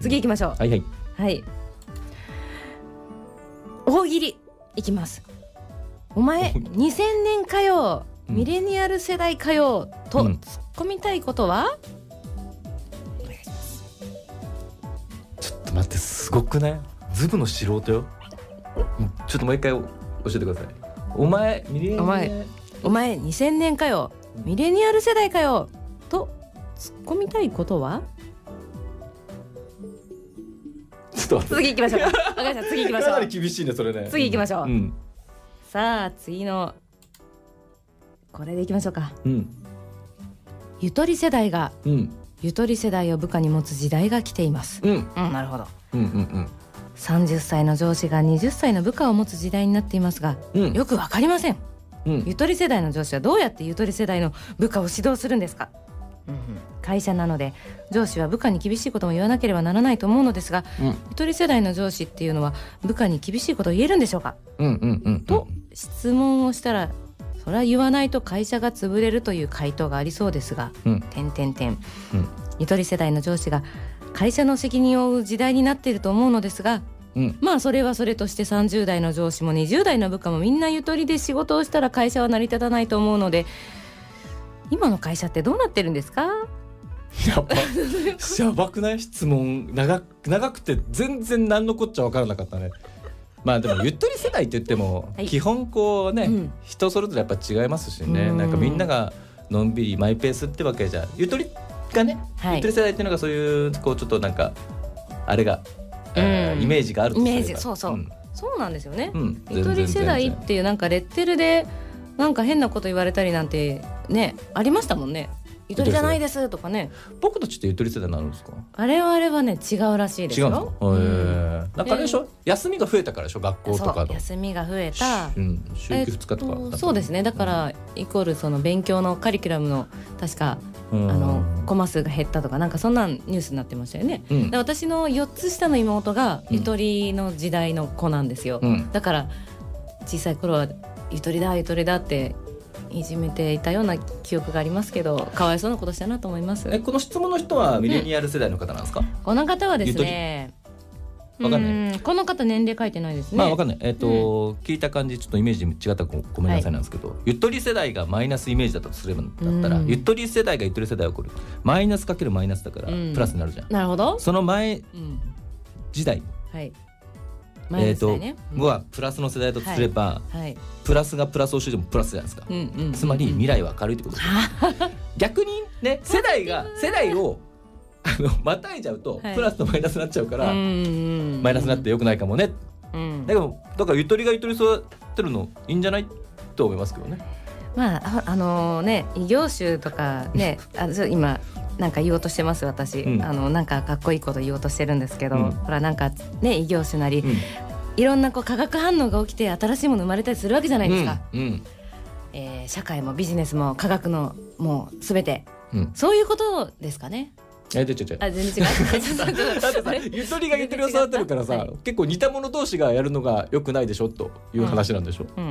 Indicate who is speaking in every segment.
Speaker 1: 次行きましょう
Speaker 2: はいはい
Speaker 1: はい大喜利いきますお前
Speaker 2: 大喜利
Speaker 1: 2000年かよ
Speaker 2: うん
Speaker 1: ミレニアル世代かよと
Speaker 2: うん
Speaker 1: 突っ込みたいことは、
Speaker 2: ちょっと待ってすごくないズブの素人よちょっともう一回教えてくださいお前ミレニア
Speaker 1: お前お前2000年かよミレニアル世代かよと突っ込みたいことは
Speaker 2: ちょっと待って
Speaker 1: 次行きましょうわかりました次行きましょ
Speaker 2: かなり
Speaker 1: う
Speaker 2: 厳しいねそれね
Speaker 1: 次行きましょう
Speaker 2: うん
Speaker 1: さあ次のこれでいきましょうか
Speaker 2: うん
Speaker 1: ゆとり世代が
Speaker 2: うん
Speaker 1: ゆとり世代を部下に持つ時代が来ています
Speaker 2: うんうん
Speaker 1: うんなるほど
Speaker 2: うんうん
Speaker 1: 30歳の上司が20歳の部下を持つ時代になっていますが
Speaker 2: うん
Speaker 1: よくわかりません
Speaker 2: うん
Speaker 1: ゆとり世代の上司はどうやってゆとり世代の部下を指導するんですか、会社なので上司は部下に厳しいことも言わなければならないと思うのですが
Speaker 2: うん
Speaker 1: ゆとり世代の上司っていうのは部下に厳しいことを言えるんでしょうか
Speaker 2: うんうんうん
Speaker 1: と質問をしたらそれは言わないと会社が潰れるという回答がありそうですが
Speaker 2: うん
Speaker 1: 点点点
Speaker 2: うん
Speaker 1: ゆとり世代の上司が会社の責任を負う時代になっていると思うのですが
Speaker 2: うん
Speaker 1: まあそれはそれとして30代の上司も20代の部下もみんなゆとりで仕事をしたら会社は成り立たないと思うので今の会社ってどうなってるんですか
Speaker 2: やばやばくない質問長く長くて全然何のこっちゃ分からなかったねまあでもゆとり世代って言っても、
Speaker 1: はい
Speaker 2: 基本こうね、
Speaker 1: うん
Speaker 2: 人それぞれやっぱ違いますしね
Speaker 1: うん
Speaker 2: なんかみんながのんびりマイペースってわけじゃゆとりがね、
Speaker 1: は
Speaker 2: ゆ
Speaker 1: い
Speaker 2: とり世代っていうのがそういうこうちょっとなんかあれが、えー
Speaker 1: うん
Speaker 2: イメージがあるとすれば
Speaker 1: イメージそうそう
Speaker 2: うん
Speaker 1: そうなんですよね、
Speaker 2: うん
Speaker 1: ゆとり世代
Speaker 2: 全
Speaker 1: っ
Speaker 2: 然
Speaker 1: ていうなんかレッテルでなんか変なこと言われたりなんてねありましたもんねゆとりじゃないですとかね
Speaker 2: 僕たちってゆとり世代になるんですか
Speaker 1: あれはあれはね違うらしいです
Speaker 2: 違うんですか
Speaker 1: よ、
Speaker 2: へーなんかあれでしょ、休みが増えたからでしょ学校とか
Speaker 1: そう
Speaker 2: の
Speaker 1: 休みが増えた
Speaker 2: うん、週休2日とかだった
Speaker 1: えっ
Speaker 2: の
Speaker 1: とそうですねだから、イコールその勉強のカリキュラムの確か
Speaker 2: うん
Speaker 1: あのコマ数が減ったとかなんかそんなニュースになってましたよね。
Speaker 2: うん
Speaker 1: で私の4つ下の妹が
Speaker 2: うん
Speaker 1: ゆとりの時代の子なんですよ、
Speaker 2: うん
Speaker 1: だから小さい頃はゆとりだゆとりだっていじめていたような記憶がありますけどかわいそうなことしたなと思います
Speaker 2: えこの質問の人はミレニアル世代の方なんですか、
Speaker 1: この方はですね
Speaker 2: ゆとりわかん
Speaker 1: うんこの方年齢書いてないですね、
Speaker 2: まあわかんないえっ、と、聞いた感じちょっとイメージ違ったらごごめんなさいなんですけど、ゆとり世代がマイナスイメージだったとすればだったら、
Speaker 1: うん
Speaker 2: ゆとり世代がゆとり世代を起こるマイナスかけるマイナスだから、
Speaker 1: うん
Speaker 2: プラスになるじゃん
Speaker 1: なるほど、
Speaker 2: その前
Speaker 1: うん、
Speaker 2: 時代、
Speaker 1: はい前ですね、うん
Speaker 2: はプラスの世代だとすれば、
Speaker 1: はい
Speaker 2: プラスがプラスをしてもプラスじゃないですか、
Speaker 1: うんうん
Speaker 2: つまり未来は明るいってことですよ逆にね世代が世代をあのまたいじゃうと、
Speaker 1: はい
Speaker 2: プラスとマイナスになっちゃうから、マ
Speaker 1: マ
Speaker 2: イナスになって、よくないかもね、
Speaker 1: うん
Speaker 2: だけどだからゆとりがゆとり育てるのいいんじゃないと思いますけどね
Speaker 1: まあああのね異業種とか ねあそう今なんか言おうとしてます私、
Speaker 2: うん
Speaker 1: あのなんかかっこいいこと言おうとしてるんですけど、
Speaker 2: うん
Speaker 1: ほらなんかね異業種なり、
Speaker 2: うん
Speaker 1: いろんなこう化学反応が起きて新しいもの生まれたりするわけじゃないですか、
Speaker 2: うん
Speaker 1: えー社会もビジネスも科学のもうすべて
Speaker 2: うん
Speaker 1: そういうことですかね
Speaker 2: えでちょちょだ
Speaker 1: あ全 然違うちょっと ちょっと
Speaker 2: ってさゆとりがゆとりを育てるからさ、
Speaker 1: はい
Speaker 2: 結構似た者同士がやるのがよくないでしょという話なんでしょ、
Speaker 1: うんう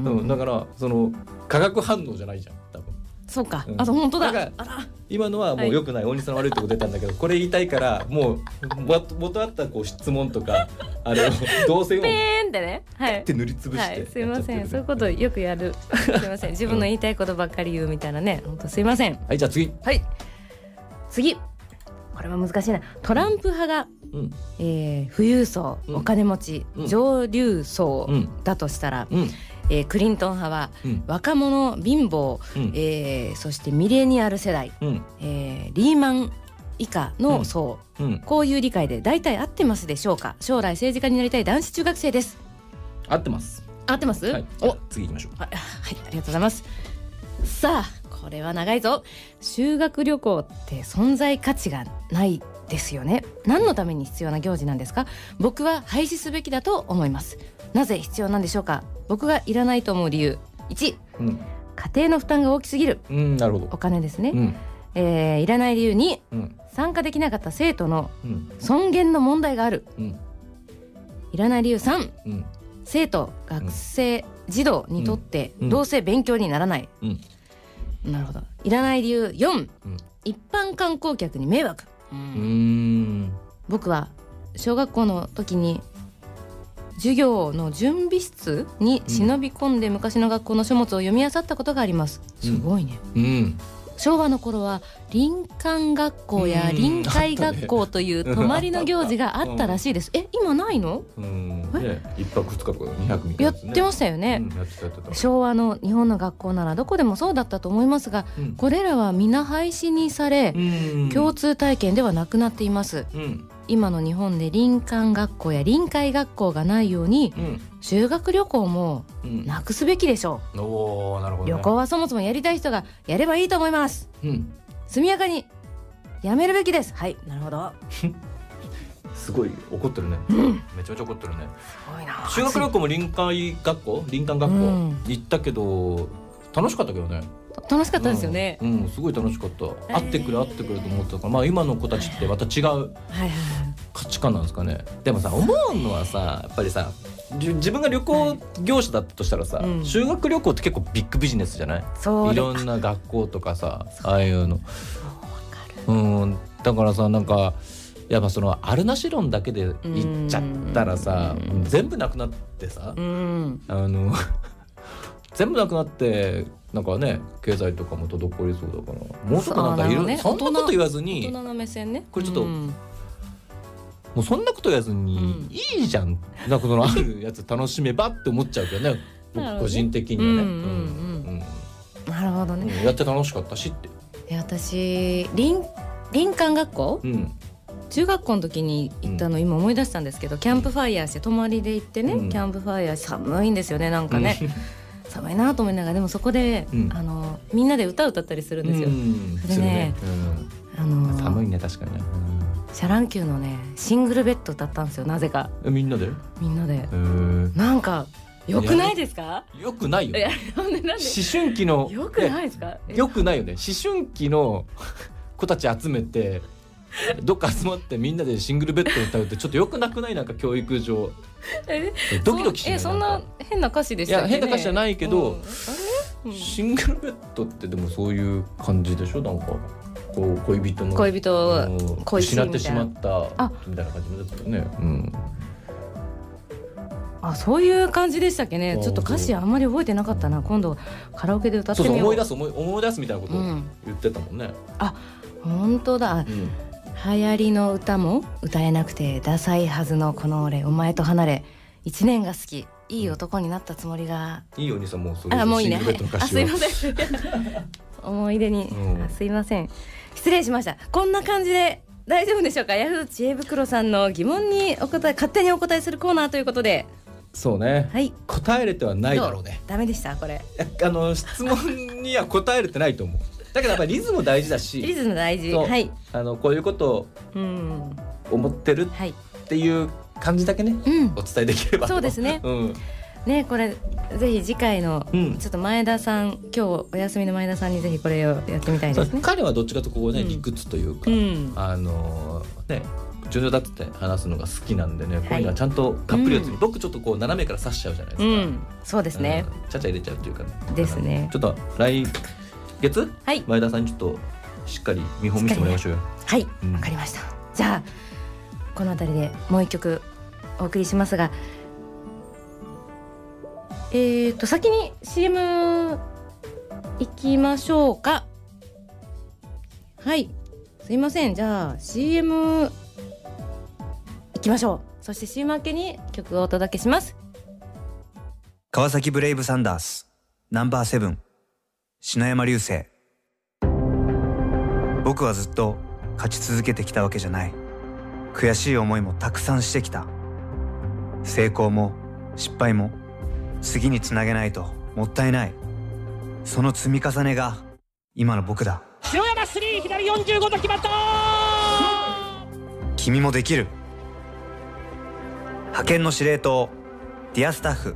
Speaker 1: ん
Speaker 2: う
Speaker 1: うんん、
Speaker 2: だからその化学反応じゃないじゃん多分
Speaker 1: そうか、
Speaker 2: うん
Speaker 1: あと本当だ
Speaker 2: なんか
Speaker 1: あら
Speaker 2: 今のはもう良くない、大西さんの悪いとこ出たんだけどこれ言いたいからもうも元あったこう質問と かあの動線を
Speaker 1: ペ
Speaker 2: っ
Speaker 1: ーンってねはい
Speaker 2: て塗りつぶし
Speaker 1: は
Speaker 2: て
Speaker 1: い、すいませ
Speaker 2: やっちゃってるね
Speaker 1: ん、そういうことよくや る。すいません、自分の言いたいことばっかり言うみたいなね、本当すいません。
Speaker 2: はいじゃあ次
Speaker 1: はい。次。これは難しいな。トランプ派が、
Speaker 2: うん
Speaker 1: えー富裕層、
Speaker 2: うん
Speaker 1: お金持ち、
Speaker 2: うん
Speaker 1: 上流層
Speaker 2: うん
Speaker 1: だとしたら、
Speaker 2: うん
Speaker 1: えークリントン派は
Speaker 2: うん
Speaker 1: 若者、貧乏、
Speaker 2: うん
Speaker 1: えーそしてミレニアル世代、
Speaker 2: うん
Speaker 1: えーリーマン以下の層、
Speaker 2: うん
Speaker 1: こういう理解で大体合ってますでしょうか。将来政治家になりたい男子中学生です。
Speaker 2: 合ってます
Speaker 1: 合ってます？
Speaker 2: はい
Speaker 1: お、
Speaker 2: 次行きましょう
Speaker 1: はい、はいありがとうございます。さあ、これは長いぞ。修学旅行って存在価値がないですよね。何のために必要な行事なんですか僕は廃止すべきだと思います。なぜ必要なんでしょうか僕がいらないと思う理由。1、
Speaker 2: うん
Speaker 1: 家庭の負担が大きすぎる。
Speaker 2: うんなるほ
Speaker 1: お
Speaker 2: ど
Speaker 1: 金ですね。
Speaker 2: うん
Speaker 1: えーいらない理由2、
Speaker 2: うん
Speaker 1: 参加できなかった生徒の
Speaker 2: うん
Speaker 1: 尊厳の問題がある。
Speaker 2: うん
Speaker 1: いらない理由3、
Speaker 2: うん
Speaker 1: 生徒学生、児童にとって
Speaker 2: うん
Speaker 1: どうせ勉強にならない、
Speaker 2: うん
Speaker 1: なるほどいらない理由4、
Speaker 2: うん
Speaker 1: 一般観光客に迷惑、
Speaker 2: うーん
Speaker 1: 僕は小学校の時に授業の準備室に忍び込んで昔の学校の書物を読み漁ったことがあります、
Speaker 2: う
Speaker 1: す
Speaker 2: ん
Speaker 1: ごいね
Speaker 2: うん
Speaker 1: 昭和の頃は林間学校や
Speaker 2: うん
Speaker 1: 臨海学校という
Speaker 2: あったね
Speaker 1: 泊まりの行事があったらしいです、え今ないの
Speaker 2: うんね一泊二日とか二百みたい
Speaker 1: や
Speaker 2: な
Speaker 1: っ
Speaker 2: つね
Speaker 1: てましたよね、
Speaker 2: うんやってたやってた
Speaker 1: 昭和の日本の学校ならどこでもそうだったと思いますが
Speaker 2: うん
Speaker 1: これらは皆廃止にされ
Speaker 2: うん
Speaker 1: 共通体験ではなくなっています
Speaker 2: うん
Speaker 1: 今の日本で林間学校や臨海学校がないように
Speaker 2: うん
Speaker 1: 修学旅行も
Speaker 2: うん
Speaker 1: なくすべきでしょ
Speaker 2: おおなるほ
Speaker 1: う
Speaker 2: どね
Speaker 1: 旅行はそもそもやりたい人がやればいいと思います
Speaker 2: うん
Speaker 1: 速やかにやめるべきですはいなるほど
Speaker 2: すごい怒ってるねめちゃめちゃ怒ってるね
Speaker 1: すごいな
Speaker 2: 修学旅行も臨海学校林間学校
Speaker 1: うん
Speaker 2: 行ったけど楽しかったけどね
Speaker 1: 楽しかったですよね、
Speaker 2: うん、うんすごい楽しかった
Speaker 1: えー
Speaker 2: 会ってくれ会ってくれと思ってたからまあ今の子たちってまた違う
Speaker 1: はいはいはい
Speaker 2: 価値観なんですかねでもさ思うのはさやっぱりさじゅ自分が旅行業者だったとしたらさ、
Speaker 1: うん
Speaker 2: 修学旅行って結構ビッグビジネスじゃない
Speaker 1: そう
Speaker 2: い
Speaker 1: で
Speaker 2: ろんな学校とかさああいうのうんだからさなんかやっぱそのあるなし論だけで行っちゃったらさ
Speaker 1: うん
Speaker 2: 全部なくなってさ
Speaker 1: うん
Speaker 2: あの 全部なくなってなんかね経済とかも滞りそうだからもうちょっとなんかい
Speaker 1: そうなの
Speaker 2: ろ
Speaker 1: ね
Speaker 2: そんなこと言わず
Speaker 1: 大
Speaker 2: に
Speaker 1: 人の目線ね
Speaker 2: これちょっと
Speaker 1: うん
Speaker 2: もうそんなこと言わず
Speaker 1: うん
Speaker 2: にいいじゃん、なんかそのあるやつ楽しめばって思っちゃうけどね 僕
Speaker 1: なるほどね
Speaker 2: 個人的にはね
Speaker 1: うん
Speaker 2: うん
Speaker 1: なるほど
Speaker 2: う
Speaker 1: ね
Speaker 2: んうんやって楽しかったしって、
Speaker 1: で私林林間学校
Speaker 2: うん
Speaker 1: 中学校の時に行ったの今思い出したんですけど、キャンプファイヤーして泊まりで行ってね、
Speaker 2: うん
Speaker 1: キャンプファイヤー寒いんですよねなんかね、寒いなと思いながらでもそこで、
Speaker 2: うん
Speaker 1: あのみんなで歌を歌ったりするんですよ、
Speaker 2: うん
Speaker 1: それね
Speaker 2: するね
Speaker 1: あ
Speaker 2: うん
Speaker 1: の
Speaker 2: 寒いね確かにね、
Speaker 1: シャランキューのねシングルベッド歌ったんですよなぜか
Speaker 2: うんえみんなで、
Speaker 1: みんなで
Speaker 2: えー
Speaker 1: なんか良くないですか
Speaker 2: よくないよ
Speaker 1: いや
Speaker 2: ね
Speaker 1: なんでなんで
Speaker 2: 思春期の
Speaker 1: 良くないいですか
Speaker 2: よくないよね思春期の子たち集めてどっか集まってみんなでシングルベッド歌うってちょっとよくなくないなんか教育上
Speaker 1: え
Speaker 2: ドキドキしない
Speaker 1: えそん
Speaker 2: な
Speaker 1: なん
Speaker 2: か
Speaker 1: 変な歌詞でしたっけ、ね、
Speaker 2: いや変な歌詞じゃないけど
Speaker 1: うんあれうん
Speaker 2: シングルベッドってでもそういう感じでしょなんかこう恋人の
Speaker 1: 恋人
Speaker 2: あ
Speaker 1: を
Speaker 2: の
Speaker 1: 恋しいみた
Speaker 2: 失
Speaker 1: いな
Speaker 2: ってしまった
Speaker 1: あ
Speaker 2: みたいな感じだったよね。うん、
Speaker 1: あそういう感じでしたっけねちょっと歌詞あんまり覚えてなかったな今度カラオケで歌って
Speaker 2: そうそう
Speaker 1: みよ
Speaker 2: 思
Speaker 1: う
Speaker 2: い出す思い思い出すみたいなこと
Speaker 1: うん
Speaker 2: 言ってたもんね。
Speaker 1: 本当だ
Speaker 2: うん
Speaker 1: 流行りの歌も歌えなくてダサいはずのこの俺お前と離れ一年が好きいい男になったつもりが、
Speaker 2: いいよお兄さんもうそう
Speaker 1: あもういい
Speaker 2: シ
Speaker 1: ね
Speaker 2: ングルベッドの
Speaker 1: はいあ
Speaker 2: 歌詞
Speaker 1: すい
Speaker 2: を
Speaker 1: ません 思い出に、
Speaker 2: うん
Speaker 1: あすいません失礼しましたこんな感じで大丈夫でしょうかヤフー知恵袋さんの疑問にお答え勝手にお答えするコーナーということで
Speaker 2: そうね、
Speaker 1: はい
Speaker 2: 答えれてはないだろうね。
Speaker 1: ダメでしたこれ
Speaker 2: いやあの質問には答えれてないと思う。だけどやっぱりリズム大事だ
Speaker 1: リ
Speaker 2: し、
Speaker 1: ズム大事
Speaker 2: そう
Speaker 1: はい
Speaker 2: あのこういうこと
Speaker 1: うん
Speaker 2: を思ってる
Speaker 1: はい
Speaker 2: っていう感じだけね
Speaker 1: うん
Speaker 2: お伝えできればと。
Speaker 1: そうですね
Speaker 2: うん
Speaker 1: ねこれぜひ次回の、
Speaker 2: うん
Speaker 1: ちょっと前田さん今日お休みの前田さんにぜひこれをやってみたいですね。
Speaker 2: 彼はどっちかというとこうね、
Speaker 1: うん
Speaker 2: 理屈というか、
Speaker 1: うん、
Speaker 2: あのーね順序立てて話すのが好きなんでね、
Speaker 1: い
Speaker 2: こういうのはちゃんとたっぷりやつに、
Speaker 1: うん
Speaker 2: 僕ちょっとこう斜めから刺しちゃうじゃないで
Speaker 1: う
Speaker 2: すか、
Speaker 1: ん、そうですね。
Speaker 2: うんちゃちゃ入れちゃうっていうかね
Speaker 1: ですね
Speaker 2: ちょっと来月
Speaker 1: はい
Speaker 2: 前田さんにちょっとしっかり見本見せてもらいましょうよ、
Speaker 1: はい、わ、
Speaker 2: うん
Speaker 1: かりました。じゃあこの辺りでもう一曲お送りしますが、えっ、と先に CM 行きましょうか。はい、すいません。じゃあ CM 行きましょう。そして CM 明けに曲をお届けします。
Speaker 3: 川崎ブレイブサンダースナンバーセブン篠山流星僕はずっと勝ち続けてきたわけじゃない悔しい思いもたくさんしてきた成功も失敗も次につなげないともったいないその積み重ねが今の僕だ
Speaker 4: 篠山スリー左45度決まった
Speaker 3: 君もできる派遣の司令塔ディアスタッフ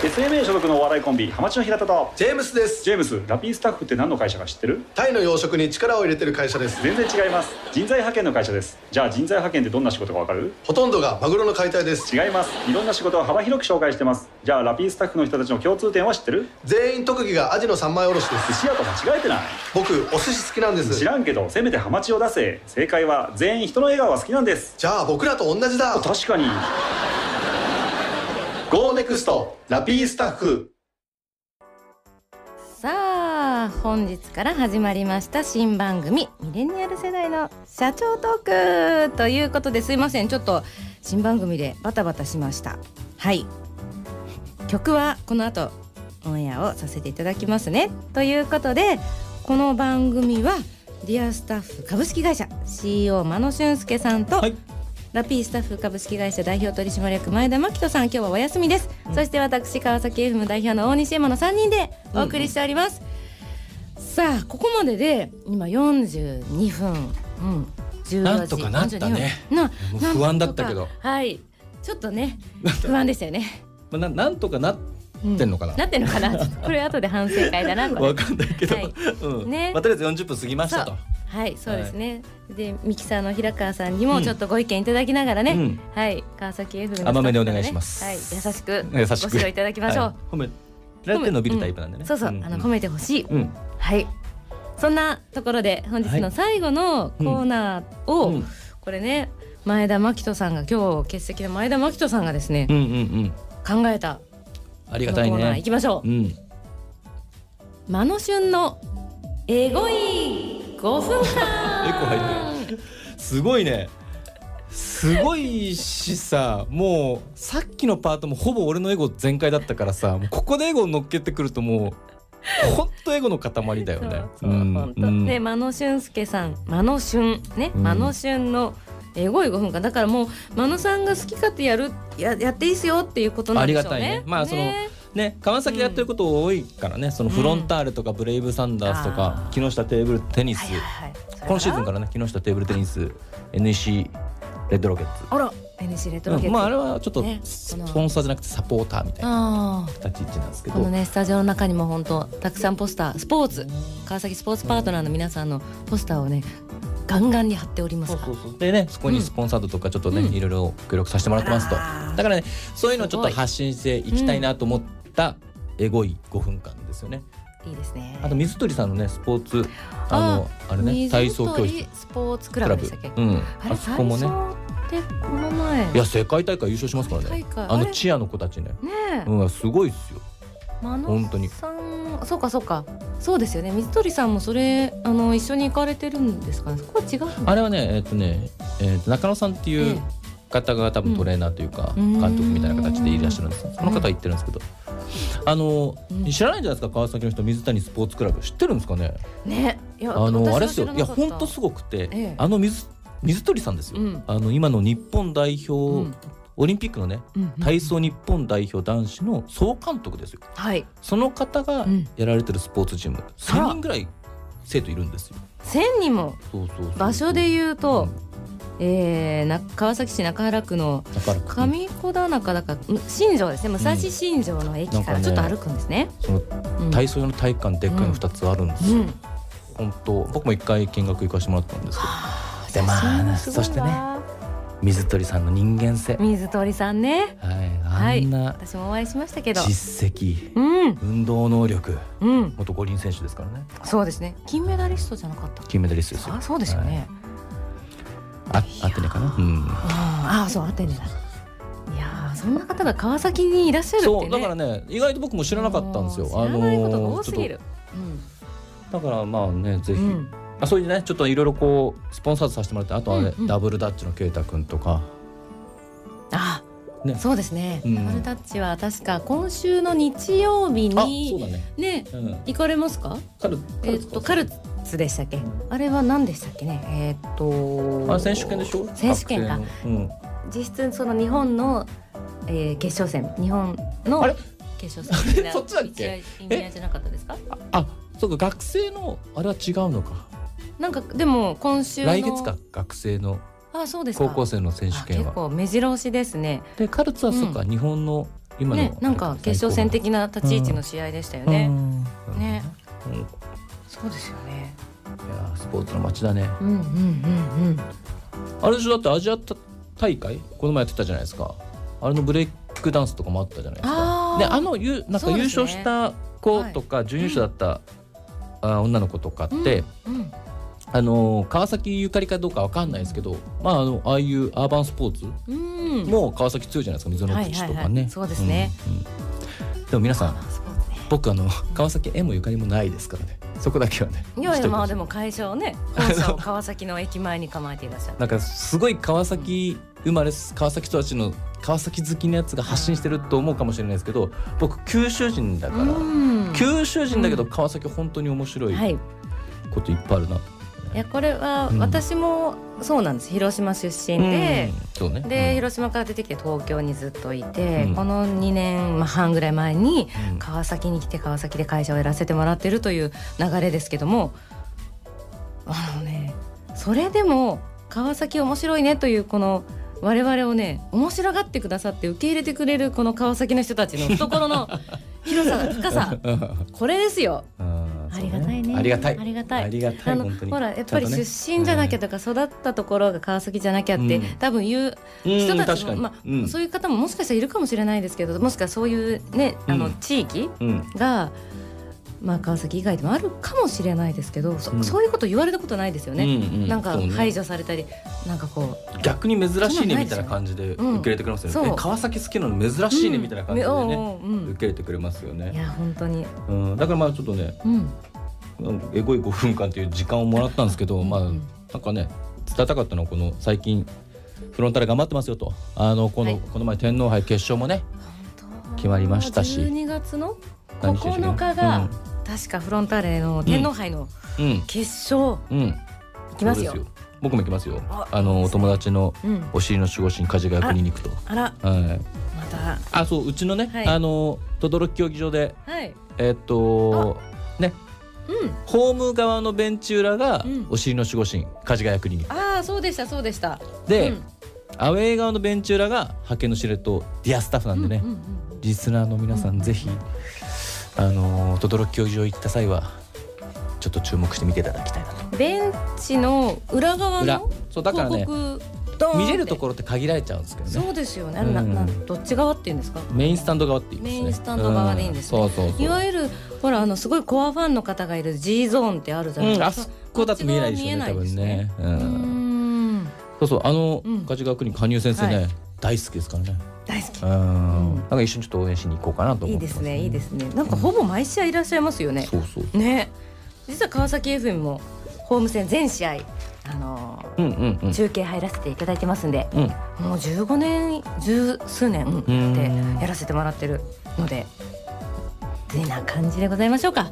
Speaker 5: デ SMA 所属のお笑いコンビハマチの平田と
Speaker 6: ジェームスです
Speaker 5: ジェームスラピースタッフって何の会社か知ってる
Speaker 6: タイの養殖に力を入れてる会社です
Speaker 5: 全然違います人材派遣の会社ですじゃあ人材派遣ってどんな仕事かわかる
Speaker 6: ほとんどがマグロの解体です
Speaker 5: 違いますいろんな仕事を幅広く紹介してますじゃあラピースタッフの人たちの共通点は知ってる
Speaker 6: 全員特技がアジの三枚おろしです
Speaker 5: 寿司屋と間違えてない
Speaker 6: 僕お寿司好きなんです
Speaker 5: 知らんけどせめてハマチを出せ正解は全員人の笑顔が好きなんです
Speaker 6: じゃあ僕らと同じだ
Speaker 5: 確かに
Speaker 6: GO NEXT ラピースタッフ
Speaker 1: さあ本日から始まりました新番組「ミレニアル世代の社長トーク」ということですいませんちょっと新番組でバタバタしましたはい曲はこの後オンエアをさせていただきますねということでこの番組はディアスタッフ株式会社 CEO 真野俊介さんと、
Speaker 2: はい
Speaker 1: ラピースタッフ株式会社代表取締役前田真紀人さん今日はお休みです、そして私川崎 FM 代表の大西山の3人でお送りしております、さあここまでで今42分うん14
Speaker 2: なんとかなったね
Speaker 1: 42分な
Speaker 2: もう
Speaker 1: なんと
Speaker 2: 不
Speaker 1: か
Speaker 2: 安だったけど
Speaker 1: はいちょっとね不安でしたよね
Speaker 2: まあななんとかなっ
Speaker 1: うん
Speaker 2: てんのかな
Speaker 1: なってんのかな ちょっとこれ後で反省会だなこれ
Speaker 2: わかんないけど、
Speaker 1: はい
Speaker 2: うん
Speaker 1: ね
Speaker 2: まあ、とりあえず40分過ぎましたと
Speaker 1: そ。はいそうですね、でミキサーの平川さんにもちょっとご意見いただきながらね、
Speaker 2: うん
Speaker 1: はい川崎 F のスタッフさんから
Speaker 2: 甘
Speaker 1: ね
Speaker 2: めでお願いします
Speaker 1: はい優しく
Speaker 2: 優しく
Speaker 1: ご指導いただきましょう、
Speaker 2: はい、褒められて伸びるタイプなんでね。
Speaker 1: そうそう、あの褒めてほしい、
Speaker 2: うん、
Speaker 1: はいそんなところで本日の最後のコーナーを、
Speaker 2: うん
Speaker 1: これね前田真紀人さんが今日欠席の前田真紀人さんがですね
Speaker 2: う、ん、うん、うん、
Speaker 1: 考えた
Speaker 2: あり
Speaker 1: この
Speaker 2: がたい
Speaker 1: コーナー行
Speaker 2: ね。
Speaker 1: きましょう、
Speaker 2: うん、
Speaker 1: マノ旬のエゴイ5分間
Speaker 2: エコ入
Speaker 1: って
Speaker 2: すごいね。すごいしさ、もうさっきのパートもほぼ俺のエゴ全開だったからさ、もうここでエゴ乗っけてくるともう。本当エゴの塊だよね。
Speaker 1: そうそう本当、ねマノシュンスケさんマノシュンね、
Speaker 2: うん
Speaker 1: マノシュンのエゴイ5分間だからもうマノさんが好き勝手やるややっていいっすよっていうことなんでしょうね
Speaker 2: ありがたいねまあその
Speaker 1: ね
Speaker 2: ね、川崎やってること多いからね、そのフロンターレとかブレイブサンダースとか、木下テーブルテニス、
Speaker 1: はいはいはいそれから
Speaker 2: 今シーズンからね木下テーブルテニス NEC レッドロケッツ
Speaker 1: あら NC レトロゲット、
Speaker 2: うんまああれはちょっと
Speaker 1: ね
Speaker 2: ス
Speaker 1: この
Speaker 2: ポンサーじゃなくてサポーターみたいな
Speaker 1: あー
Speaker 2: 立ち位置なんですけ
Speaker 1: こ
Speaker 2: ど、
Speaker 1: のねスタジオの中にも本当たくさんポスタースポーツ川崎スポーツパートナーの皆さんのポスターをねガンガンに貼っております
Speaker 2: そう
Speaker 1: から
Speaker 2: そうそうでねそこにスポンサードとかちょっとね、
Speaker 1: うん
Speaker 2: いろいろ協力させてもらってますと
Speaker 1: あら
Speaker 2: だからねそういうのをちょっ
Speaker 1: すご
Speaker 2: と
Speaker 1: い
Speaker 2: 発信していきたいなと思ったエゴい5分間ですよね、
Speaker 1: いいですね
Speaker 2: あと水鳥さんのねスポーツあのあれね
Speaker 1: 水
Speaker 2: 体操教室
Speaker 1: 鳥スポーツク
Speaker 2: ク
Speaker 1: ラ
Speaker 2: ラ
Speaker 1: ブ
Speaker 2: ブ
Speaker 1: でしたっけ
Speaker 2: うん
Speaker 1: あれ
Speaker 2: あそこもね
Speaker 1: 体操ってこの前
Speaker 2: いや世界大会優勝しますから
Speaker 1: 世界
Speaker 2: ね
Speaker 1: 大会
Speaker 2: あ
Speaker 1: あ
Speaker 2: の
Speaker 1: れ
Speaker 2: チアの子たちね
Speaker 1: ねえ、
Speaker 2: うんすごいっすよ
Speaker 1: マノ
Speaker 2: 本当に
Speaker 1: さんそうかそうかそうですよね水鳥さんもそれあの一緒に行かれてるんですかねそこは違うの
Speaker 2: あれはねえっ、とね、えーと中野さんってい
Speaker 1: え
Speaker 2: う方が多分トレーナーというか、
Speaker 1: うん
Speaker 2: 監督みたいな形でいらっしゃるんですよその方は言ってるんですけど、あの、
Speaker 1: うん
Speaker 2: 知らないんじゃないですか川崎の人水谷スポーツクラブ知ってるんですかね
Speaker 1: ねいや
Speaker 2: あのあれです
Speaker 1: 私は知ら
Speaker 2: よい
Speaker 1: な
Speaker 2: や
Speaker 1: かった
Speaker 2: 本当すごくて、
Speaker 1: ええ
Speaker 2: あの水水鳥さんですよ、
Speaker 1: うん
Speaker 2: あの今の日本代表、
Speaker 1: うん
Speaker 2: オリンピックのね
Speaker 1: うんうん
Speaker 2: 体操日本代表男子の総監督ですよ
Speaker 1: はい
Speaker 2: その方が
Speaker 1: うん
Speaker 2: やられてるスポーツジム、1000人ぐらい生徒いるんですよ
Speaker 1: 千人も
Speaker 2: そうそうそう
Speaker 1: 場所で言うと、えー、な川崎市中原区の
Speaker 2: だから
Speaker 1: 上小田中だからむ新庄ですね武蔵新庄の駅か
Speaker 2: な
Speaker 1: ら
Speaker 2: ん
Speaker 1: ち
Speaker 2: か
Speaker 1: ょっと
Speaker 2: ね
Speaker 1: 歩くんですね。
Speaker 2: その
Speaker 1: うん
Speaker 2: 体操用の体育館でっかいの2つあるんですよ、
Speaker 1: うん
Speaker 2: 本当僕も一回見学行かしてもらったんですけどでまあそしてね水鳥さんの人間性、
Speaker 1: 水鳥さんねは
Speaker 2: はい、
Speaker 1: い
Speaker 2: あんな
Speaker 1: 私もお会いしましたけど
Speaker 2: 実績、
Speaker 1: うん
Speaker 2: 運動能力
Speaker 1: うん
Speaker 2: 元五輪選手ですからね
Speaker 1: そうですね金メダリストじゃなかったっけ
Speaker 2: 金メダリストですよ
Speaker 1: あそうですよね、
Speaker 2: はいあアテネかな、うん、
Speaker 1: ああそうアテネだいやーそんな方が川崎にいらっしゃるってね
Speaker 2: そうだからね意外と僕も知らなかったんですよ
Speaker 1: もう知らないことが多すぎ
Speaker 2: あ
Speaker 1: る
Speaker 2: のーちょ、っとだからまあねぜひ、
Speaker 1: うんうん
Speaker 2: あそういうねちょっといろいろこうスポンサードさせてもらってあとはね、
Speaker 1: うんうん
Speaker 2: ダブルダッチの啓太君とか
Speaker 1: あ、
Speaker 2: ね
Speaker 1: そうですね、
Speaker 2: うん
Speaker 1: ダブルタッチは確か今週の日曜日
Speaker 2: あそう
Speaker 1: に
Speaker 2: だね、
Speaker 1: ね
Speaker 2: うん、
Speaker 1: 行かれますか
Speaker 2: カル
Speaker 1: えーっとカルツでしたっけあれは何でしたっけねえーっと
Speaker 2: あ選手権でしょ
Speaker 1: 選手権か
Speaker 2: 学生のうん、
Speaker 1: 実質その日本の、えー、決勝戦日本の
Speaker 2: あれ
Speaker 1: 決勝戦的な
Speaker 2: そっちだっけ
Speaker 1: 一合意味合いじゃなかったですか
Speaker 2: あそうか学生のあれは違うのか
Speaker 1: なんかでも今週の
Speaker 2: 来月か学生の
Speaker 1: あそうですか
Speaker 2: 高校生の選手権
Speaker 1: あ結
Speaker 2: は
Speaker 1: 構目白押しですね
Speaker 2: でカルツはそうか、
Speaker 1: う
Speaker 2: 日本の今の
Speaker 1: ね、なんか決勝戦的な立ち位置の試合でしたよね。
Speaker 2: うん
Speaker 1: ね
Speaker 2: うんい
Speaker 1: そうですよね。
Speaker 2: やスポーツの街だね
Speaker 1: うんうんうんうん。
Speaker 2: あれでしょだってアジア大会この前やってたじゃないですかあれのブレイクダンスとかもあったじゃないです
Speaker 1: あ
Speaker 2: か
Speaker 1: ー
Speaker 2: であのゆなん
Speaker 1: そ
Speaker 2: か
Speaker 1: う
Speaker 2: 優
Speaker 1: ですね
Speaker 2: 勝した子とか準優勝だった、あ女の子とかって、
Speaker 1: うん、
Speaker 2: あのー川崎ゆかりかどうかわかんないですけど、まあ、あのああいうアーバンスポーツ
Speaker 1: うん、
Speaker 2: もう川崎強いじゃないですか溝の口とかね、
Speaker 1: はいはいはいそうですね
Speaker 2: うんうんでも皆さん
Speaker 1: スポーツね
Speaker 2: 僕あの川崎縁もゆかりもないですからねそこだけはね
Speaker 1: いやい
Speaker 2: 一
Speaker 1: や
Speaker 2: 人
Speaker 1: まあでも会社をね本 社を川崎の駅前に構えていらっしゃる
Speaker 2: なんかすごい川崎生まれ川崎育ちの川崎好きなやつが発信してると思うかもしれないですけど僕九州人だから、
Speaker 1: うん
Speaker 2: 九州人だけど川崎本当に面白い
Speaker 1: はい、い
Speaker 2: こといっぱいあるな、
Speaker 1: やこれは
Speaker 2: うん
Speaker 1: 私もそうなんです、広島出身で、
Speaker 2: うんそうね
Speaker 1: で
Speaker 2: うん
Speaker 1: 広島から出てきて東京にずっといて、
Speaker 2: うん
Speaker 1: この2年半ぐらい前に
Speaker 2: うん
Speaker 1: 川崎に来て川崎で会社をやらせてもらってるという流れですけどもあのねそれでも川崎面白いねというこの我々をね面白がってくださって受け入れてくれるこの川崎の人たち の懐の広さ深さこれですよ
Speaker 2: あー
Speaker 1: あ
Speaker 2: そう
Speaker 1: りがたいね
Speaker 2: ありがたい
Speaker 1: ありがたい
Speaker 2: ありがた
Speaker 1: あ
Speaker 2: い
Speaker 1: の
Speaker 2: 本当に
Speaker 1: ほらやっぱり出身じゃなきゃとか育ったところが川崎じゃなきゃって、
Speaker 2: うん
Speaker 1: 多分言う人たちも、まあ
Speaker 2: うん
Speaker 1: そういう方ももしかしたらいるかもしれないですけどもしかそういうねあの
Speaker 2: うん
Speaker 1: 地域
Speaker 2: うん
Speaker 1: が、まあ、川崎以外でもあるかもしれないですけどそ,、
Speaker 2: う
Speaker 1: うんいうこと言われたことないですよね。
Speaker 2: うんうん
Speaker 1: なんか
Speaker 2: そうね
Speaker 1: 排除されたり、なんかこう
Speaker 2: 逆に珍し
Speaker 1: そん
Speaker 2: いねみたい
Speaker 1: なのないですよ
Speaker 2: な
Speaker 1: ね
Speaker 2: 感じで受け入れてくれますよね、
Speaker 1: うんそう
Speaker 2: え川崎好きなの珍しいねみたいな感じで
Speaker 1: うん
Speaker 2: ね、
Speaker 1: おうおううん
Speaker 2: 受け入れてくれますよ
Speaker 1: い
Speaker 2: ね、
Speaker 1: や本当に、
Speaker 2: うん、だからまあちょっとね
Speaker 1: うん、
Speaker 2: うんエゴい5分間という時間をもらったんですけどまあなんかね伝えたかったのはこの最近フロンターレ頑張ってますよとあのこの、
Speaker 1: はい
Speaker 2: この前天皇杯決勝もね決まりましたし
Speaker 1: 12月の
Speaker 2: 何日でした
Speaker 1: 9
Speaker 2: っけ
Speaker 1: 日が、確かフロンターレの天皇杯の
Speaker 2: うん
Speaker 1: 決勝、
Speaker 2: うん、うん、
Speaker 1: 行きますよ
Speaker 2: そうで僕も行きますよ
Speaker 1: あ
Speaker 2: あのお友達の
Speaker 1: うん
Speaker 2: お尻の守護神梶ヶ谷に行くと
Speaker 1: あら
Speaker 2: はい
Speaker 1: また
Speaker 2: あそううちのね、
Speaker 1: はい
Speaker 2: あの轟競技場で
Speaker 1: はい
Speaker 2: えっとね
Speaker 1: うん
Speaker 2: ホーム側のベンチ裏が
Speaker 1: うん
Speaker 2: お尻の守護神梶ヶ谷クリニック
Speaker 1: ああそうでしたそうでした
Speaker 2: で、
Speaker 1: うん
Speaker 2: アウェー側のベンチ裏が派遣の司令とディアスタッフなんでね、
Speaker 1: うんうんうん
Speaker 2: リスナーの皆さんぜひ、あの轟競技場行った際はちょっと注目して見ていただきたいなと
Speaker 1: ベンチの裏側
Speaker 2: 裏
Speaker 1: の
Speaker 2: そうだから
Speaker 1: 広
Speaker 2: ね
Speaker 1: 告ドーンって
Speaker 2: 見れるところって限られちゃうんですけどね
Speaker 1: そうですよね、なな
Speaker 2: うん
Speaker 1: どっち側っていうんですか
Speaker 2: メインスタンド側って言いますね
Speaker 1: メインスタンド側でいいんですね
Speaker 2: うそうそうそう
Speaker 1: いわゆるほらあのすごいコアファンの方がいる G ゾーンってあるじゃない
Speaker 2: うん、
Speaker 1: で
Speaker 2: あ
Speaker 1: す
Speaker 2: そ
Speaker 1: か、
Speaker 2: こだと見えないでしょうね
Speaker 1: こっち側
Speaker 2: 多分
Speaker 1: 見えないで
Speaker 2: ね、う、
Speaker 1: すねうんーん
Speaker 2: そうそうあの
Speaker 1: うん
Speaker 2: ガチ学に加入先生ね、
Speaker 1: はい
Speaker 2: 大好きですからね
Speaker 1: 大好き
Speaker 2: うん、なんか一緒にちょっと応援しに行こうかなと
Speaker 1: い
Speaker 2: 思
Speaker 1: い
Speaker 2: って
Speaker 1: で
Speaker 2: ます
Speaker 1: ねいいですねなんかほぼ毎試合いらっしゃいますよね、
Speaker 2: そうそう
Speaker 1: ね実は川崎 FM もホーム戦全試合あのー
Speaker 2: うんうんうん
Speaker 1: 中継入らせていただいてますんで、
Speaker 2: うん
Speaker 1: もう15年十数年
Speaker 2: ん
Speaker 1: でやらせてもらってるのでてな感じでございましょうか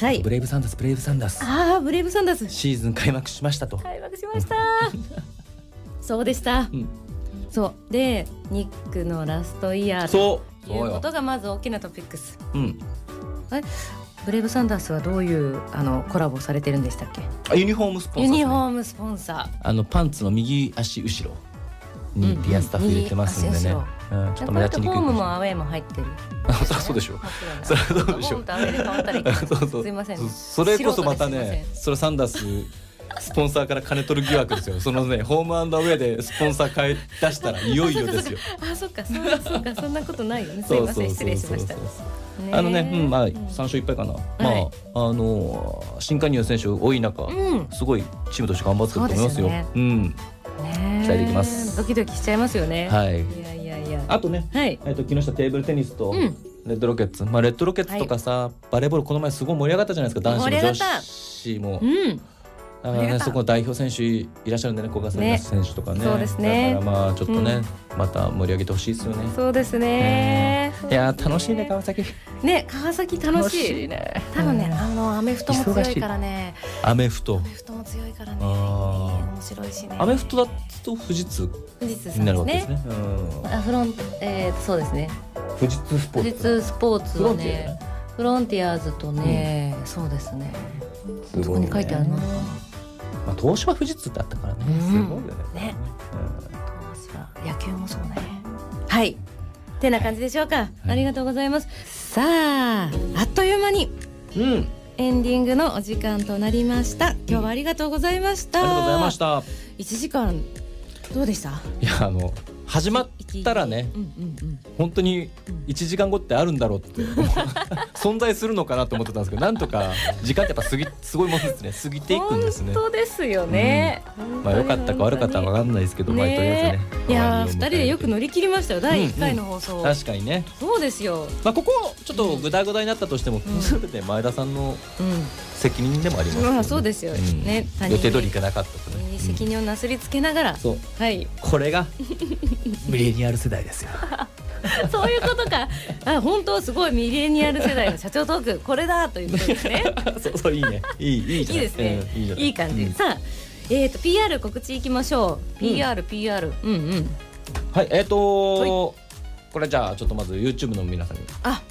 Speaker 1: はい
Speaker 2: ブレイブサンダースブレイブサンダース
Speaker 1: ああブレイブサンダース
Speaker 2: シーズン開幕しましたと、
Speaker 1: 開幕しま したそうでした、
Speaker 2: うん
Speaker 1: そうでニックのラストイヤーと
Speaker 2: そ
Speaker 1: い
Speaker 2: うそう
Speaker 1: うこ
Speaker 2: よ
Speaker 1: とがまず大きなトピックス
Speaker 2: うん
Speaker 1: ブレイブサンダースはどういうあのコラボされてるんでしたっけ
Speaker 2: あユニフォームスポンサー
Speaker 1: ユ
Speaker 2: ですね、
Speaker 1: ニフォームスポンサ
Speaker 2: あのパンツの右足後ろに
Speaker 1: うん
Speaker 2: ディアスタッフ入れてますんでね
Speaker 1: 右、
Speaker 2: うん、ち
Speaker 1: ー
Speaker 2: ょっ
Speaker 1: や
Speaker 2: と
Speaker 1: っぱり
Speaker 2: 目立ちに
Speaker 1: ホ
Speaker 2: くい
Speaker 1: ーム
Speaker 2: かもしれない
Speaker 1: もアウェーも入ってる
Speaker 2: あ そうでしょう
Speaker 1: もちろんだ
Speaker 2: それはどうでし
Speaker 1: ホー
Speaker 2: ょう
Speaker 1: ムとアウェーで変わった らいいか
Speaker 2: そうそう
Speaker 1: すいません
Speaker 2: そそれこそまたねそれサンダーススポンサーから金取る疑惑ですよそのねホームアンドアウェイでスポンサー買い出したらいよいよで すよ
Speaker 1: あ、そっか、そうか、そうか、そんなことないよね。すいません、失礼しました。ね
Speaker 2: あのね、うん、まあ
Speaker 1: う
Speaker 2: 3勝1敗かな、
Speaker 1: はい
Speaker 2: まああのー新加入の選手多い中、
Speaker 1: うん
Speaker 2: すごいチームとして頑張ってると思います
Speaker 1: そう
Speaker 2: よ
Speaker 1: ですよね
Speaker 2: うん
Speaker 1: ね
Speaker 2: 期待できます
Speaker 1: ドキドキしちゃいますよね。
Speaker 2: はい
Speaker 1: いやいやいや。
Speaker 2: あとね、
Speaker 1: はい。
Speaker 2: えっと木下テーブルテニスと
Speaker 1: うん
Speaker 2: レッドロケッツ、まあレッドロケッツとかさ、バレーボールこの前すごい盛り上がったじゃないですか男子
Speaker 1: 盛り
Speaker 2: も
Speaker 1: 上がっ
Speaker 2: 女
Speaker 1: た
Speaker 2: 子も
Speaker 1: うん。
Speaker 2: だか
Speaker 1: 盛
Speaker 2: ら
Speaker 1: り上がっ
Speaker 2: ね
Speaker 1: た
Speaker 2: そこの代表選手いらっしゃるんでね古賀さん
Speaker 1: ね
Speaker 2: 選手とかね
Speaker 1: そうですね
Speaker 2: だからまあちょっとね、また盛り上げてほしいですよね
Speaker 1: そうですね。
Speaker 2: いやー楽しいね川崎
Speaker 1: ね、川崎楽しい。
Speaker 2: ね
Speaker 1: 多分ね、あのアメフトも強
Speaker 2: 忙
Speaker 1: い
Speaker 2: しい
Speaker 1: からね。
Speaker 2: アメフト
Speaker 1: アメフトも強いからね。
Speaker 2: あー
Speaker 1: 面白いしね。
Speaker 2: アメフトだと富士通
Speaker 1: 富士通さん
Speaker 2: に
Speaker 1: で
Speaker 2: なる
Speaker 1: す
Speaker 2: わけです
Speaker 1: ね。
Speaker 2: ねうん
Speaker 1: あ、フロン、えー、そうですね。
Speaker 2: 富士通スポ
Speaker 1: 富
Speaker 2: ー
Speaker 1: 士
Speaker 2: ツ
Speaker 1: 通スポーツ
Speaker 2: フロ
Speaker 1: を
Speaker 2: ンティアじゃ
Speaker 1: ね
Speaker 2: な。
Speaker 1: フロンティアーズとね、そうですね。
Speaker 2: すごい
Speaker 1: そこに書いてあるのかな。
Speaker 2: まあ、東芝富士通ってあったからね、
Speaker 1: うん
Speaker 2: すごいよね
Speaker 1: ね。野球もそうねはいてな感じでしょうか、ありがとうございますさああっという間に
Speaker 2: うん、あり
Speaker 1: エンディングのお時間となりました今日はありがとうございました、
Speaker 2: がとうございました。
Speaker 1: 1時間どうでした
Speaker 2: いやあの始まったらね
Speaker 1: うんうんうん
Speaker 2: 本当に1時間後ってあるんだろうって思う存在するのかなと思ってたんですけどなんとか時間ってやっぱ過ぎすごいもんですね過ぎていくんですね
Speaker 1: 本。当ですよね、
Speaker 2: まあ良かったか悪かったか分かんないですけど、まあとりあえ
Speaker 1: ね
Speaker 2: ずね。
Speaker 1: いやー二人でよく乗
Speaker 2: り
Speaker 1: り切りましたよ第一回の放送、
Speaker 2: 確かにね。
Speaker 1: そうですよ、
Speaker 2: まあここちょっとグダグダになったとしても、
Speaker 1: ん
Speaker 2: すべて前田さんの
Speaker 1: う
Speaker 2: 責任でもありますよ
Speaker 1: まあそうですよね他人に
Speaker 2: 予定通りいかなかったと
Speaker 1: ん、
Speaker 2: ね。
Speaker 1: 責任をなすりつけながら、
Speaker 2: うんそう
Speaker 1: はい
Speaker 2: これがミレニアル世代ですよ。
Speaker 1: そういうことかあ本当すごいミレニアル世代の社長トークこれだということですね
Speaker 2: そうそういいね。いいいい
Speaker 1: いい
Speaker 2: じゃな
Speaker 1: ですね、
Speaker 2: うんいいじゃない
Speaker 1: いい感じ、
Speaker 2: うん
Speaker 1: さあえー、と PR 告知いきましょう PRPR、PR うんうん
Speaker 2: はい、えっ、とこれじゃあちょっとまず YouTube の皆さんに
Speaker 1: あ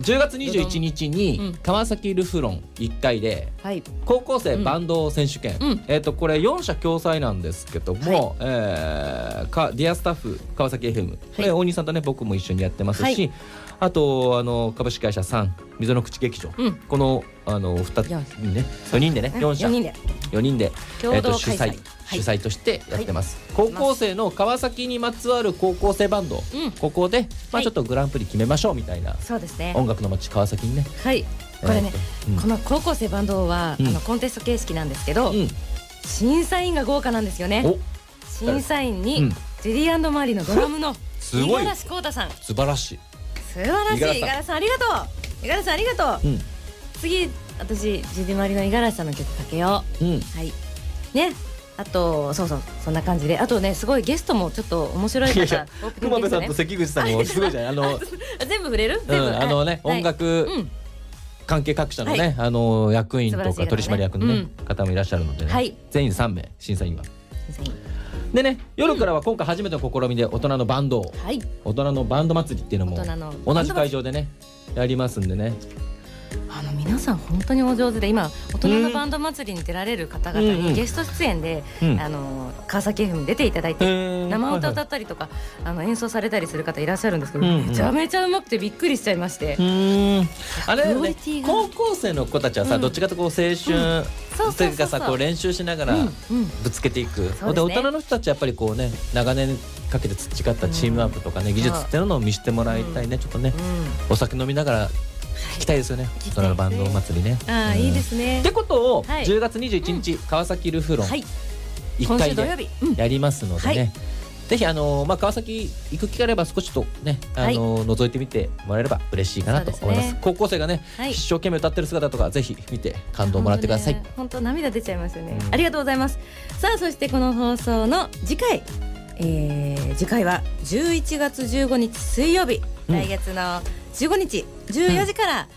Speaker 2: 10月21日
Speaker 1: どどんう
Speaker 2: に
Speaker 1: ん
Speaker 2: 川崎ルフロン1回で
Speaker 1: はい
Speaker 2: 高校生バンド選手権、
Speaker 1: うん
Speaker 2: えっ、とこれ4社共催なんですけども、えーかディアスタッフ川崎 FM これ大西さんとね僕も一緒にやってますし、
Speaker 1: はい
Speaker 2: あとあの株式会社3溝の口劇場、
Speaker 1: うん
Speaker 2: このあの2
Speaker 1: 四
Speaker 2: つね4人でね4社
Speaker 1: 4人で
Speaker 2: 4人で
Speaker 1: 共同
Speaker 2: えーと主
Speaker 1: 開
Speaker 2: 催
Speaker 1: 催はい
Speaker 2: 主催としてやってます、高校生の川崎にまつわる高校生バンド、
Speaker 1: うん
Speaker 2: ここで、
Speaker 1: は
Speaker 2: まあ、
Speaker 1: い
Speaker 2: ちょっとグランプリ決めましょうみたいな、
Speaker 1: そうですね
Speaker 2: 音楽の街川崎にね、
Speaker 1: はいこれね、
Speaker 2: うん
Speaker 1: この高校生バンドは、
Speaker 2: うん
Speaker 1: あのコンテスト形式なんですけど、
Speaker 2: うん、
Speaker 1: 審査員が豪華なんですよね
Speaker 2: お
Speaker 1: 審査員
Speaker 2: う
Speaker 1: に
Speaker 2: ん
Speaker 1: ジェリーマリーのドラムの
Speaker 2: す
Speaker 1: 五
Speaker 2: ご
Speaker 1: 十
Speaker 2: い
Speaker 1: 嵐浩太さん
Speaker 2: 素晴らしい、
Speaker 1: 素晴らし
Speaker 2: 五十嵐さん
Speaker 1: い五十嵐さんありがとう五十嵐さんありがとう、
Speaker 2: うん
Speaker 1: 次私ジェリーマリーの五十嵐さんの曲かけよ
Speaker 2: うん、
Speaker 1: うはいねあとそうそうそんな感じであとねすごいゲストもちょっと面白い方
Speaker 2: いやいや
Speaker 1: 多く出
Speaker 2: 熊
Speaker 1: て
Speaker 2: 部
Speaker 1: きた
Speaker 2: さん
Speaker 1: ね
Speaker 2: と関口さんもすごいじゃないあの、
Speaker 1: あ全部触れる
Speaker 2: う
Speaker 1: 全部、
Speaker 2: ん、あのね、
Speaker 1: はい
Speaker 2: 音楽
Speaker 1: うん
Speaker 2: 関係各社のね、
Speaker 1: は
Speaker 2: あの役員と
Speaker 1: 素晴
Speaker 2: から取
Speaker 1: しい
Speaker 2: 締
Speaker 1: 方ね
Speaker 2: 役の、ね方もいらっしゃるので、ね
Speaker 1: はい
Speaker 2: 全員3名審査員は。
Speaker 1: 審査員
Speaker 2: でね夜からは今回初めての試みで大人のバンドを
Speaker 1: はい
Speaker 2: 大人のバンド祭りっていうのも
Speaker 1: 大人の
Speaker 2: 同じ会場でねやりますんでね
Speaker 1: あの皆さん本当にお上手で今大人のバンド祭りに出られる方々
Speaker 2: うんう
Speaker 1: に
Speaker 2: ん
Speaker 1: ゲスト出演で、
Speaker 2: うん
Speaker 1: あの川崎 FM に出ていただいて 生
Speaker 2: 生
Speaker 1: 歌歌
Speaker 2: っ
Speaker 1: ったりとか、あの演奏されたりする方いらっしゃるんですけど、
Speaker 2: うんうん
Speaker 1: めちゃめちゃうまくてびっくりしちゃいまして、
Speaker 2: あれだよ
Speaker 1: クオリ
Speaker 2: ね
Speaker 1: ティが
Speaker 2: 高校生の子たちはさ、
Speaker 1: うん
Speaker 2: どっちかとこう青春、
Speaker 1: そう
Speaker 2: と
Speaker 1: そ
Speaker 2: いう
Speaker 1: そ
Speaker 2: う
Speaker 1: う
Speaker 2: か
Speaker 1: そ
Speaker 2: さこう
Speaker 1: う
Speaker 2: 練習しなが
Speaker 1: う
Speaker 2: ら
Speaker 1: んうん
Speaker 2: ぶつけていく、
Speaker 1: すね
Speaker 2: で大人の人たちはやっぱりこうね長年かけて培ったチームアップとかね、技術っていうのを見せてもらいたいね、ちょっとね
Speaker 1: う
Speaker 2: お酒飲みながら聞きたいですよね、
Speaker 1: きたいですね
Speaker 2: 大人のバンド祭りね。
Speaker 1: ん、ああ、
Speaker 2: うん
Speaker 1: いいですね
Speaker 2: って。ことを
Speaker 1: はい
Speaker 2: 10月21日、川崎ルフロン
Speaker 1: はい、
Speaker 2: 1
Speaker 1: 今週
Speaker 2: 回
Speaker 1: 土曜
Speaker 2: で
Speaker 1: 日、うん、
Speaker 2: やりますのでね、
Speaker 1: はい
Speaker 2: ぜひあのーまあ川崎行く機会あれば少しちょっとねあ
Speaker 1: はい
Speaker 2: のー覗いてみてもらえれば嬉しいかなと思いま
Speaker 1: そうで
Speaker 2: す。
Speaker 1: すね
Speaker 2: 高校生がね、
Speaker 1: はい
Speaker 2: 一生懸命歌ってる姿とかぜひ見て感動をもらってください。
Speaker 1: 本当ね本当涙出ちゃいますよね、
Speaker 2: うん
Speaker 1: ありがとうございますさあそしてこの放送の次回、えー、次回は11月15日水曜日、
Speaker 2: うん
Speaker 1: 来月の15日14時から、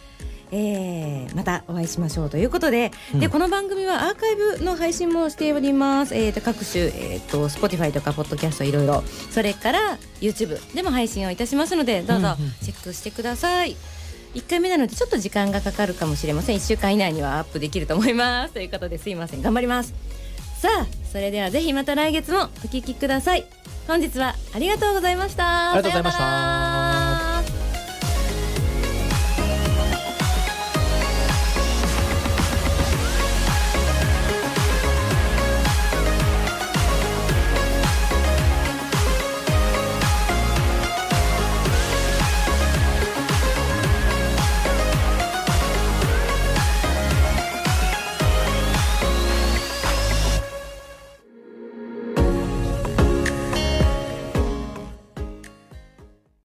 Speaker 1: えーまたお会いしましょうということで,、
Speaker 2: うん
Speaker 1: でこの番組はアーカイブの配信もしております、えー、と各種、えー、と Spotify とかポッドキャストいろいろそれから YouTube でも配信をいたしますのでどうぞ
Speaker 2: うんうん
Speaker 1: チェックしてください、1回目なのでちょっと時間がかかるかもしれません1週間以内にはアップできると思いますということですいません頑張りますさあそれではぜひまた来月もお聞きください本日はありがとうございました
Speaker 2: ありがとうございました
Speaker 1: さようなら